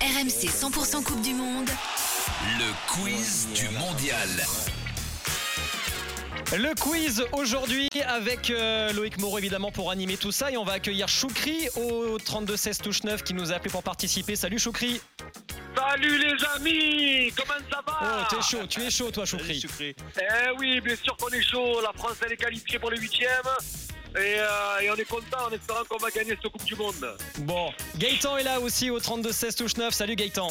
RMC 100% Coupe du Monde. Le quiz du mondial. Le quiz aujourd'hui avec euh, Loïc Moreau évidemment pour animer tout ça et on va accueillir Choukri au 32 16 touche 9 qui nous a appelé pour participer. Salut Choukri. Salut les amis, comment ça Oh, va Ah. t'es chaud, tu es chaud toi Choukri. Eh oui, bien sûr qu'on est chaud, la France elle est qualifiée pour les huitièmes et, euh, et on est content en espérant qu'on va gagner cette Coupe du Monde. Bon, Gaëtan est là aussi au 32 16 touche 9. Salut Gaëtan.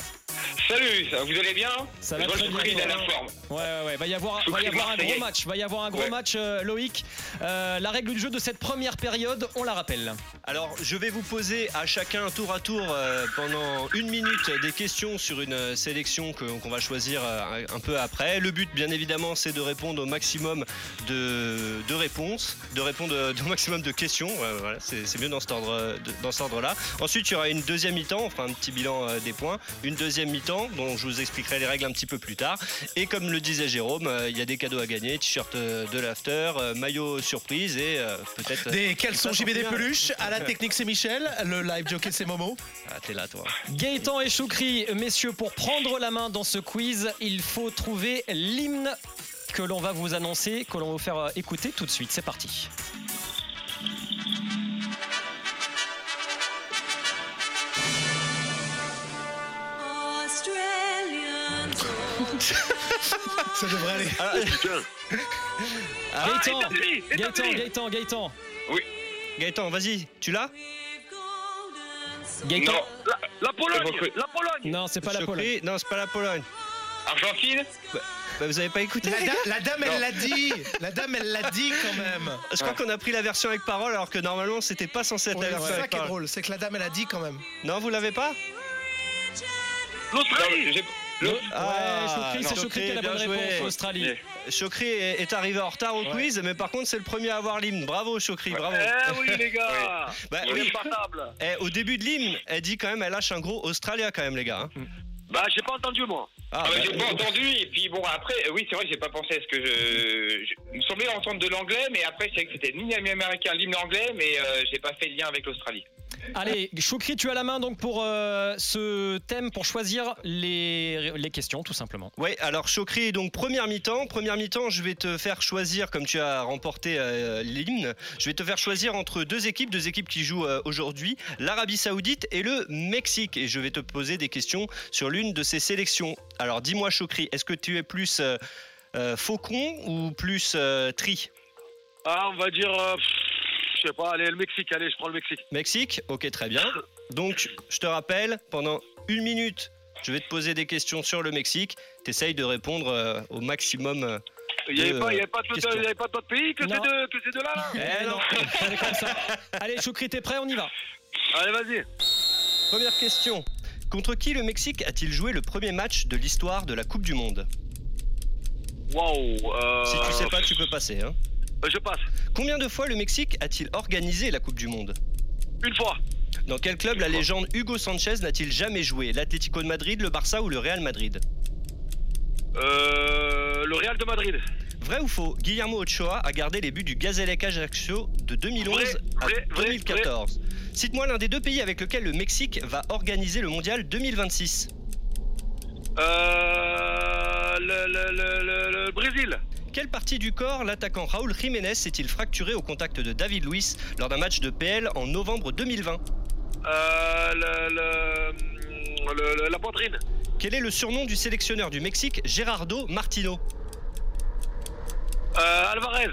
Salut, ça- vous allez bien Ça va Je vois très le prix bien. dans la forme. Ouais ouais ouais, va y avoir va y Choukri avoir un gros Marseillais. match, va y avoir un gros Ouais. match euh, Loïc. Euh, la règle du jeu de cette première période, on la rappelle. Alors, je vais vous poser à chacun tour à tour euh, pendant une minute des questions sur une euh, sélection que- qu'on va choisir euh, un un peu après. Le but, bien évidemment, c'est de répondre au maximum de, de réponses, de répondre euh, au maximum de questions. Euh, voilà, c'est c'est mieux dans cet ordre, euh, de- dans cet ordre-là. Ensuite, il y aura une deuxième mi-temps. On fera un petit bilan euh, des points. Une deuxième mi-temps, dont je vous expliquerai les règles un petit peu plus tard. Et comme le disait Jérôme, euh, il y a des cadeaux à gagner t-shirt euh, de l'after, euh, maillot surprise et euh, peut-être. euh, Des caleçons Ça sent JBD bien. peluche, à la technique c'est Michel, le live jockey c'est Momo. Ah, t'es là, toi. Gaëtan et Choukri, messieurs, pour prendre la main dans ce quiz, il faut trouver l'hymne que l'on va vous annoncer, que l'on va vous faire euh, écouter tout de suite. C'est parti. Ça devrait aller. Ah, Gaëtan, États-Unis, Gaëtan, États-Unis. Gaëtan, Gaëtan. Gaëtan, vas-y, tu l'as Gaëtan. Non, La, la Pologne, Évoquez. la Pologne Non, c'est pas la Pologne. Choqué Non, c'est pas la Pologne. Argentine Bah, vous avez pas écouté La, les da- gars la dame Non. elle l'a dit, la dame elle l'a dit quand même. Je crois qu'on a pris la version avec parole alors que normalement c'était pas censé être Ouais, la version c'est ça avec qui est parole. drôle, c'est que la dame elle a dit quand même. Non, vous l'avez pas Non, l'Australie j'ai- Ah, ouais, Choukri, c'est non, Choukri qui a la bien bonne joué. réponse, Australie. Ouais. Chokri est, est arrivé en retard au Ouais. quiz, mais par contre c'est le premier à avoir l'hymne. Bravo Chokri, bravo. Eh oui les gars, Bah, on oui. est pas table. Eh, au début de l'hymne, elle dit quand même, elle lâche un gros Australia quand même les gars. hein. Bah j'ai pas entendu moi. Ah, Ah, bah, bah, j'ai pas entendu, et puis bon, après, euh, oui, c'est vrai, que j'ai pas pensé à ce que je. je- Il me semblait entendre de l'anglais, mais après, c'est vrai que c'était ni américain, l'hymne anglais, mais euh, j'ai pas fait le lien avec l'Australie. Allez, Choukri, tu as la main donc pour euh, ce thème, pour choisir les, les questions, tout simplement. Ouais, alors Chokri, donc première mi-temps. Première mi-temps, je vais te faire choisir, comme tu as remporté euh, l'hymne, je vais te faire choisir entre deux équipes, deux équipes qui jouent euh, aujourd'hui, l'Arabie Saoudite et le Mexique. Et je vais te poser des questions sur l'une de ces sélections. Alors dis-moi, Chokri, est-ce que tu es plus euh, euh, faucon ou plus euh, tri Ah on va dire, euh, pff, je sais pas, allez le Mexique, allez je prends le Mexique. Mexique Ok, très bien. Donc, je te rappelle, pendant une minute, je vais te poser des questions sur le Mexique. T'essayes de répondre euh, au maximum. euh, Il y avait Deux, pas, il y avait pas de- questions. il y avait pas d'autres pays que ces Non. deux, que ces deux là, là Eh non. on est comme ça. Allez, Choukri, t'es prêt On y va. Allez vas-y. Première question. Contre qui le Mexique a-t-il joué le premier match de l'histoire de la Coupe du Monde Waouh. euh, Si tu sais pas, tu peux passer. hein. Je passe. Combien de fois le Mexique a-t-il organisé la Coupe du Monde Une fois. Dans quel club la légende Hugo Sanchez n'a-t-il jamais joué L'Atlético de Madrid, le Barça ou le Real Madrid Euh, le Real de Madrid. Vrai ou faux Guillermo Ochoa a gardé les buts du Gazellec Ajaccio de 2011 Vrai, à vrai, vrai, 2014. Cite-moi l'un des deux pays avec lequel le Mexique va organiser le Mondial 2026. Euh, le, le, le, le- le Brésil. Quelle partie du corps l'attaquant Raúl Jiménez s'est-il fracturé au contact de David Luiz lors d'un match de PL en novembre 2020 Euh, le, le- le- le- la poitrine. Quel est le surnom du sélectionneur du Mexique Gerardo Martino Euh, Alvarez.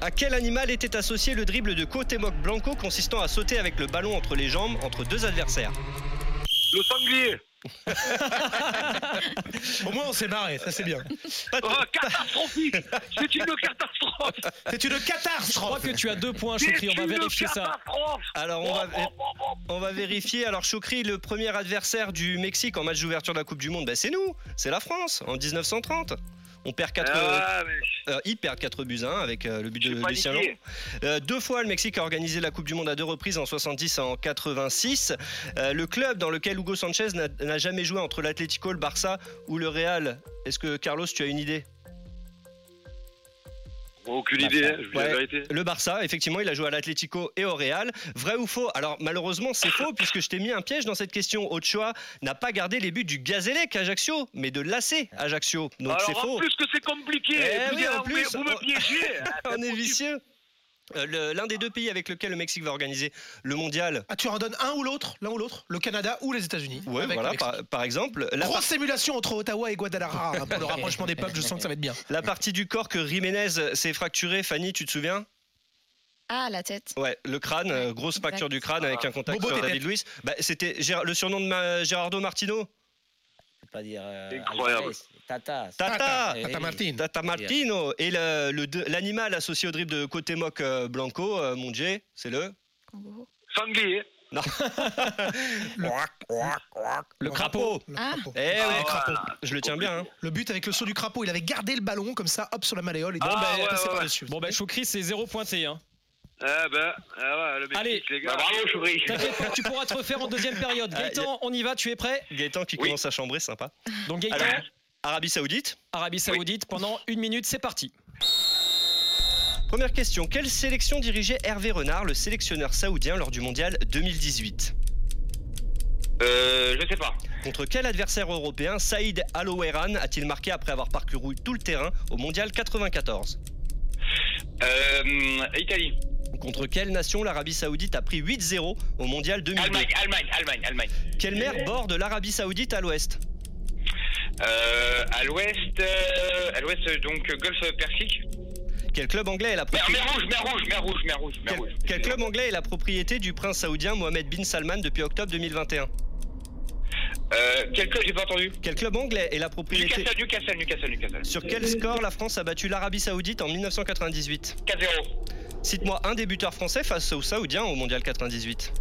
À quel animal était associé le dribble de Cuauhtémoc Blanco consistant à sauter avec le ballon entre les jambes entre deux adversaires Le sanglier. Au moins on s'est barré, ça c'est bien. Pas de- Oh, catastrophique. C'est une catastrophe. C'est une Oh, Je crois catastrophe. que tu as deux points, C'est Choukri. On va une vérifier ça. catastrophe. Oh, Alors on va, on va vérifier. Alors Chokri, le premier adversaire du Mexique en match d'ouverture de la Coupe du Monde, ben, c'est nous, c'est la France en 1930. On perd 4, Ah, mais Euh, ils perdent 4 buts à 1 avec euh, le but je suis de Lucien Long. paniqué. Euh, deux fois, le Mexique a organisé la Coupe du Monde à deux reprises en 70 et en 86. Euh, le club dans lequel Hugo Sanchez n'a- n'a jamais joué entre l'Atlético, le Barça ou le Real. Est-ce que Carlos, tu as une idée Aucune idée, hein, je vous dis Ouais. la vérité. Le Barça, effectivement, il a joué à l'Atlético et au Real. Vrai ou faux Alors malheureusement, c'est faux puisque je t'ai mis un piège dans cette question. Ochoa n'a pas gardé les buts du Gazélec Ajaccio, mais de l'AC Ajaccio. Donc c'est Alors en faux. plus que c'est compliqué, Eh vous oui, dites, en ah, plus, vous, vous me on- piégez. On est vicieux. Euh, le- L'un des deux pays avec lequel le Mexique va organiser le mondial. Ah, tu en donnes un ou l'autre L'un ou l'autre Le Canada ou les États-Unis Ouais, Avec voilà, Alex. par, par exemple. La, Grosse émulation entre Ottawa et Guadalajara hein, pour le rapprochement des peuples. Je sens que ça va être bien. la partie du corps que Jiménez s'est fracturée, Fanny, tu te souviens Ah, la tête. Ouais, le crâne, euh, grosse exact. fracture du crâne avec un contact Bobo sur tête. David Luiz. Bah, C'était Gérard- le surnom de ma- Gerardo Martino. Je peux pas dire. euh, Incroyable. Alvarez, Tata. Tata Eh Tata oui. Martine. Tata Martino et le- le de- l'animal associé au dribble de côté moque Blanco, euh, mon Jay, c'est le. kangourou. Sanglier. Le crapaud. Ah. Eh ouais, Ah, voilà. crapaud. Je le tiens bien. hein. Le but avec le saut du crapaud, il avait gardé le ballon comme ça, hop sur la malléole et Ah, donc, ouais, il est passé ouais, par ouais. dessus. Bon, ben, Choukri, c'est zéro pointé. Hein. Eh ben, ah ouais, le Mexique, Allez. les gars. Bah, bravo, Choubry. T'inquiète pas, tu pourras te refaire en deuxième période. Ah, Gaëtan, on y va, tu es prêt Gaëtan qui Oui. commence à chambrer, sympa. Donc, Gaëtan, Alors. Arabie Saoudite. Arabie Saoudite, pendant une minute, c'est parti. Première question. Quelle sélection dirigeait Hervé Renard, le sélectionneur saoudien, lors du mondial 2018 Euh, je sais pas. Contre quel adversaire européen Saïd Aloueran a-t-il marqué après avoir parcouru tout le terrain au mondial 94 Euh, hum, Italie. Contre quelle nation l'Arabie Saoudite a pris 8-0 au mondial 2002 Allemagne, Allemagne, Allemagne, Allemagne. Quelle mer borde l'Arabie Saoudite à l'ouest Euh, à l'ouest, euh, à l'ouest, euh, donc, euh, Golfe Persique. Quel club anglais est la Mer, propriété mer rouge, mer rouge, mer rouge, mer rouge, mer Quel, rouge. quel club anglais est la propriété du prince saoudien Mohamed bin Salman depuis octobre 2021 Euh, quel club, j'ai pas entendu. Quel club anglais est la propriété Newcastle, Newcastle, Newcastle, Newcastle. Sur quel score la France a battu l'Arabie Saoudite en 1998 4-0. Cite-moi un des buteurs français face aux Saoudiens au Mondial 98.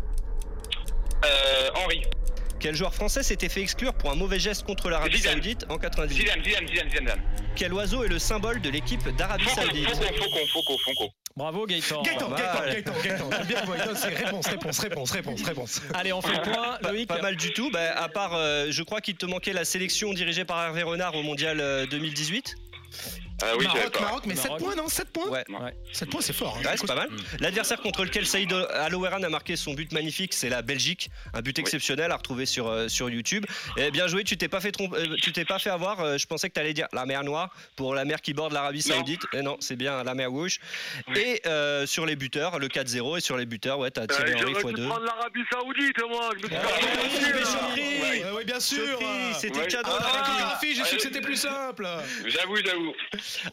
Euh, Henri. Quel joueur français s'était fait exclure pour un mauvais geste contre l'Arabie Zidane. Saoudite en 98 Zidane, Zidane, Zidane, Zidane. Zidane. Quel oiseau est le symbole de l'équipe d'Arabie Faucon, Saoudite Faucon, Faucon, Faucon, Faucon. Bravo, Gaëtan. Gaëtan, Pas Gaëtan, mal. Gaëtan, Gaëtan, J'aime bien comment il donne ses réponses, réponses, réponses, réponses, réponses. Allez, on fait le point, Pas, Loïc. pas mal du tout, bah, à part, euh, je crois qu'il te manquait la sélection dirigée par Hervé Renard au Mondial euh, 2018. Ah oui, j'avais Maroc, pas. Maroc, mais Maroc. 7 points, non 7 points Ouais. 7 points, c'est fort. hein. Ouais, c'est pas mal. hmm. L'adversaire contre lequel Saïd Aloueran a marqué son but magnifique, c'est la Belgique. Un but exceptionnel à retrouver sur, euh, sur YouTube. Eh, bien joué, tu t'es pas fait tromper, euh, tu t'es pas fait avoir. euh, je pensais que tu allais dire la mer Noire pour la mer qui borde l'Arabie Non. Saoudite. Eh non, c'est bien la mer Rouge. Et euh, sur les buteurs, le 4-0 et sur les buteurs, ouais, t'as Thierry Euh, Henry J'aurais x dû 2. prendre l'Arabie Saoudite, moi. Je me suis Ah, pas oui, fait mais chier, là. Jean-Pierre, Ouais, ouais, bien sûr. Sophie, euh. C'était Ouais. cadeau. Ah, la avec réponse. les graphies, j'ai su Ouais. que c'était plus simple. J'avoue, j'avoue.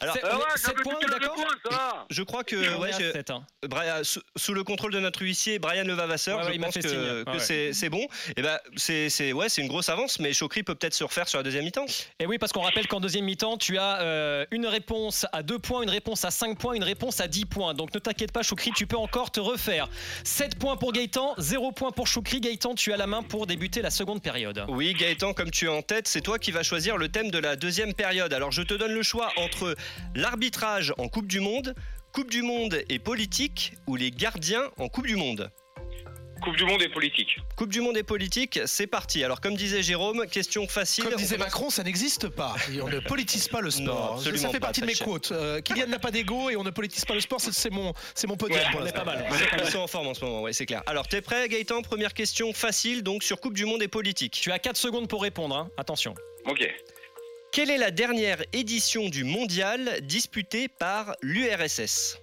Alors, C'est- Ah ouais, on est- j'avais sept points, toutes les d'accord réponses, ça va. Je crois que On est Euh, ouais, à je- sept, hein. Brian- sous, sous le contrôle de notre huissier Brian Levavasseur, Ouais, ouais, je il m'a pense fait que, signe. que Ouais, ouais. c'est- c'est bon. Et ben c'est c'est- ouais, c'est une grosse avance, mais Chokri peut peut-être se refaire sur la deuxième mi-temps. Et Eh oui, parce qu'on rappelle qu'en deuxième mi-temps, tu as euh, une réponse à 2 points, une réponse à 5 points, une réponse à 10 points. Donc ne t'inquiète pas, Choukri, tu peux encore te refaire. 7 points pour Gaëtan, 0 points pour Choukri. Gaëtan, tu as la main pour débuter la seconde période. Oui, Gaëtan, comme tu es en tête, c'est toi qui vas choisir le thème de la deuxième période. Alors je te donne le choix entre l'arbitrage en Coupe du Monde, Coupe du Monde et politique, ou les gardiens en Coupe du Monde. Coupe du Monde et politique. Coupe du Monde et politique, c'est parti. Alors comme disait Jérôme, question facile. Comme disait On commence- Macron, ça n'existe pas. Et on ne politise pas le sport. Non, absolument ça fait pas, partie de mes Sacha. quotes. Euh, Kylian n'a pas d'ego et on ne politise pas le sport, c'est- c'est mon, c'est mon podium. On pour est l'instant. pas mal. Ils sont en forme en ce moment, ouais, c'est clair. Alors t'es prêt, Gaëtan Première question facile, donc sur Coupe du Monde et politique. Tu as 4 secondes pour répondre, hein. attention. Ok. Quelle est la dernière édition du mondial disputée par l'URSS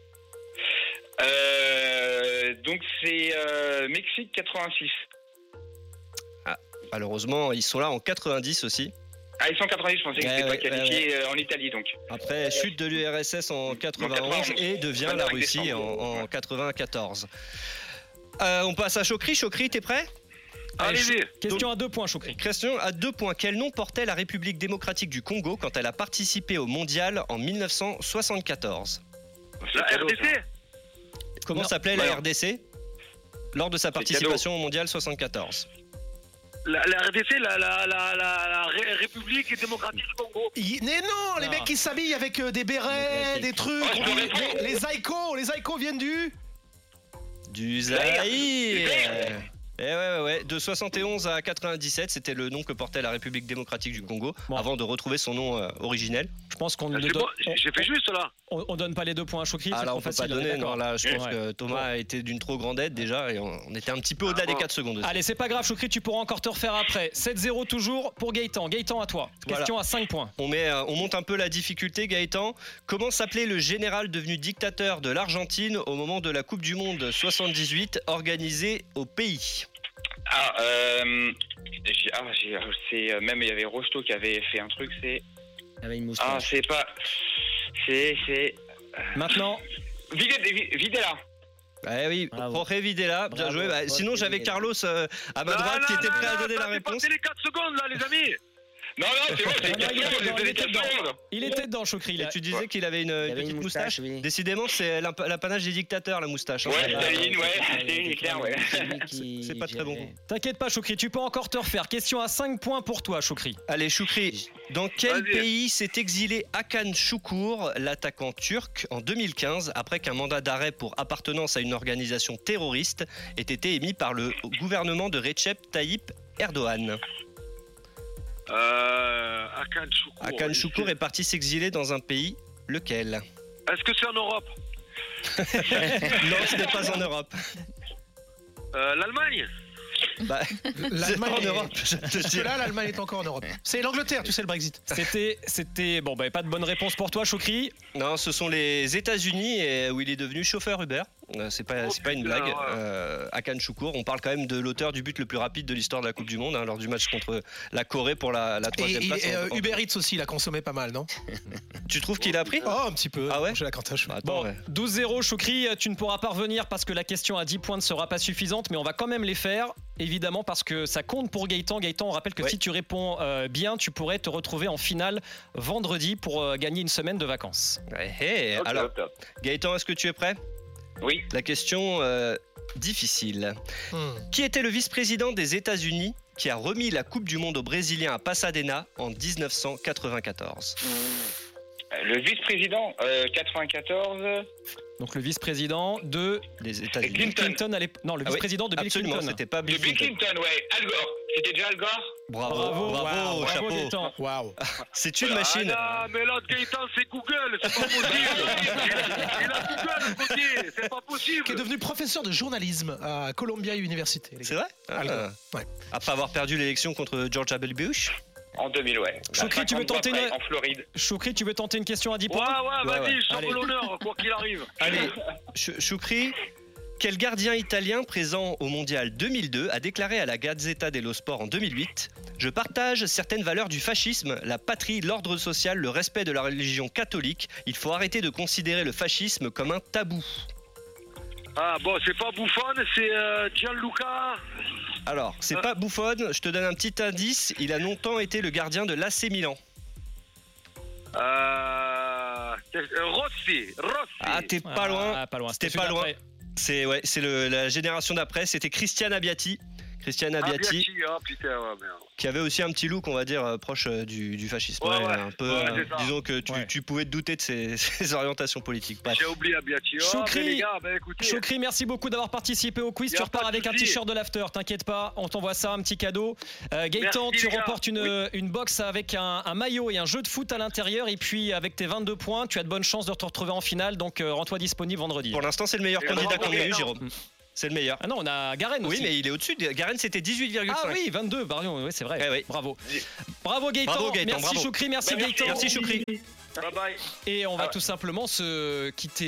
Euh, donc c'est euh, Mexique 86. Malheureusement, ils sont là en 90 aussi. Ah, ils sont 90, je pensais qu'ils Ouais, n'étaient pas ouais, qualifiés euh, en Italie, donc. Après, chute de l'URSS en 91 et devient la Russie en, en 94. Euh, on passe à Chokri. Chokri, t'es prêt Allez, Allez-y. Question à 2 points, Choukri. Question à deux points. Quel nom portait la République démocratique du Congo quand elle a participé au mondial en 1974 C'est La cadeau, ça. RDC Comment Non. s'appelait la Non. RDC lors de sa participation au mondial 74 La, la RDC, la, la, la, la, la Ré- République démocratique du Congo. Il- Mais non, les Non. mecs qui s'habillent avec euh, des bérets, Démocratique. des trucs. Ouais, je on dit l'aurais les, fait. les, les Aïkos, les Aïkos viennent du. Du Zaïre. Eh ouais, ouais, ouais. De 71 à 97, c'était le nom que portait la République démocratique du Congo Bon. avant de retrouver son nom euh, originel. Je pense qu'on ne Ah, C'est le donne, bon, J'ai fait juste là. on, on donne pas les deux points à Chokri. Ah c'est là, trop on peut facile, pas on est donner. Non, d'accord. là, je pense Ouais. que Thomas a été d'une trop grande aide déjà et on, on était un petit peu au-delà des 4 secondes. aussi. Allez, c'est pas grave, Chokri, tu pourras encore te refaire après. 7-0 toujours pour Gaëtan. Gaëtan à toi. Voilà. Question à 5 points. Ah. On, met, euh, on monte un peu la difficulté, Gaëtan. Comment s'appelait le général devenu dictateur de l'Argentine au moment de la Coupe du Monde 78 organisée au pays Ah, euh, j'ai- ah, j'ai- ah, c'est euh, même il y avait Rocheteau qui avait fait un truc. C'est Il avait une ah, moustache. c'est pas. C'est c'est Maintenant, Vide- Vi- Videla. Ah oui, Bravo. Jorge Videla, bien Bravo, joué. Bah, Jorge sinon, j'avais Videla. Carlos euh, à ma Non, droite qui non, était non, prêt à non, donner ça la fait réponse. passer les 4 secondes là, les amis. Non non, c'est bon, c'est Non, il était dedans, il était dedans. secondes. il était dedans, Chokri. Et là. tu disais qu'il avait une, Il une avait petite une moustache, moustache. oui. Décidément, c'est l'imp- l'apanage des dictateurs, la moustache. hein. Ouais, C'est- Ah, Staline, ouais, Staline, il était Hitler, ouais. C'est lui qui C'est pas très bon. gérait. T'inquiète pas, Chokri, tu peux encore te refaire. Question à 5 points pour toi, Chokri. Allez, Choukri, dans quel Vas-y. pays s'est exilé Hakan Şükür, l'attaquant turc, en 2015, après qu'un mandat d'arrêt pour appartenance à une organisation terroriste ait été émis par le gouvernement de Recep Tayyip Erdogan Euh, Akan Choukour. Hakan Şükür est parti s'exiler dans un pays, lequel Est-ce que c'est en Europe Non, ce n'est pas en Europe. Euh, L'Allemagne C'est L'Allemagne en est- Europe, je te Parce dis. que là, l'Allemagne est encore en Europe. C'est l'Angleterre, Ah, tu sais, le Brexit. C'était, c'était, bon, bah, pas de bonne réponse pour toi, Chokri. Non, ce sont les États-Unis et où il est devenu chauffeur Uber. Euh, C'est pas, Oh, c'est pas une putain, blague. ouais. Euh, Hakan Şükür, on parle quand même de l'auteur du but le plus rapide de l'histoire de la Coupe du Monde hein, lors du match contre la Corée pour la, la Et, troisième il- place. et, en- euh, en- Uber Eats aussi, il a consommé pas mal, non Tu trouves qu'il a pris Oh, un petit peu. Ah ouais J'ai la cantoche. Bah, Attends, Bon, ouais. 12-0, Choukri, tu ne pourras pas revenir parce que la question à 10 points ne sera pas suffisante, mais on va quand même les faire, évidemment, parce que ça compte pour Gaëtan. Gaëtan, on rappelle que Ouais. si tu réponds euh, bien, tu pourrais te retrouver en finale vendredi pour euh, gagner une semaine de vacances. Ouais, hey, Ok, Eh, Alors, hop, hop. Gaëtan, est-ce que tu es prêt Oui. La question euh, difficile. Hmm. Qui était le vice-président des États-Unis qui a remis la Coupe du Monde aux Brésiliens à Pasadena en 1994 Euh, Le vice-président euh, 94. Donc le vice-président de Les Et États-Unis. Clinton. Clinton à l'époque. Non, le Ah oui, vice-président de Bill Absolument, Clinton. c'était pas De Bill Bill Clinton. Clinton, ouais. Al Gore. C'était déjà Al Gore bravo, bravo, bravo, chapeau. Gaëtan. Waouh. C'est une machine. Ah non, mais l'autre Gaëtan, c'est Google, c'est pas possible. il, a, il a Google, ce côté, c'est pas Qui est possible. devenu professeur de journalisme à Columbia University. les gars. C'est vrai Algo. Ah. Ouais. Après avoir perdu l'élection contre George W. Bush En 2000, ouais. Chokri, tu veux 50 tenter après, une- En Floride. Choukri, tu veux tenter une question à 10 Ouais, ouais, points ouais. vas-y, chambre Allez. l'honneur, quoi qu'il arrive. Allez, Ch- Choukri, quel gardien italien présent au Mondial 2002 a déclaré à la Gazzetta dello Sport en 2008 Je partage certaines valeurs du fascisme, la patrie, l'ordre social, le respect de la religion catholique. Il faut arrêter de considérer le fascisme comme un tabou. Ah bon, c'est pas Bouffon, c'est euh, Gianluca. Alors, c'est Ah. pas Bouffon, je te donne un petit indice il a longtemps été le gardien de l'AC Milan. Euh, c'est- euh, Rossi, Rossi. Ah, t'es pas loin Ah, pas loin. C'était celui pas loin. d'après. C'est ouais, c'est le- la génération d'après. C'était Christian Abbiati. Christian Ah, Abbiati, Biaggi, ah, putain, ouais, merde. qui avait aussi un petit look, on va dire, euh, proche euh, du, du fascisme. Ouais, ouais. un peu, Ouais, euh, c'est ça. disons que tu, Ouais. tu pouvais te douter de ses, ses orientations politiques. Bref. J'ai oublié Abiati. Oh, Choukri. mais les gars, ben écoutez, Chokri, merci beaucoup d'avoir participé au quiz. Y a Tu pas repars de avec un souci. t-shirt de l'after, t'inquiète pas, on t'envoie ça, un petit cadeau. Euh, Gaëtan, Merci, tu les gars. remportes une, une box avec un, un maillot et un jeu de foot à l'intérieur. Et puis, avec tes 22 points, tu as de bonnes chances de te retrouver en finale. Donc, euh, rends-toi disponible vendredi. Pour l'instant, c'est le meilleur Et candidat bravo, qu'on ait eu, Gaëtan. Jérôme. C'est le meilleur. Ah non, on a Garen Oui, aussi. mais il est au-dessus. de- Garen, c'était 18,5. Ah oui, 22, pardon, oui, c'est vrai. Ouais, ouais. Bravo. Bravo Gaëtan. Eh Bravo, Gaëtan, merci bravo. Choukri, merci Bah, merci, Gaëtan. Merci, Choukri. bye bye. Et on va Ah. tout simplement se quitter.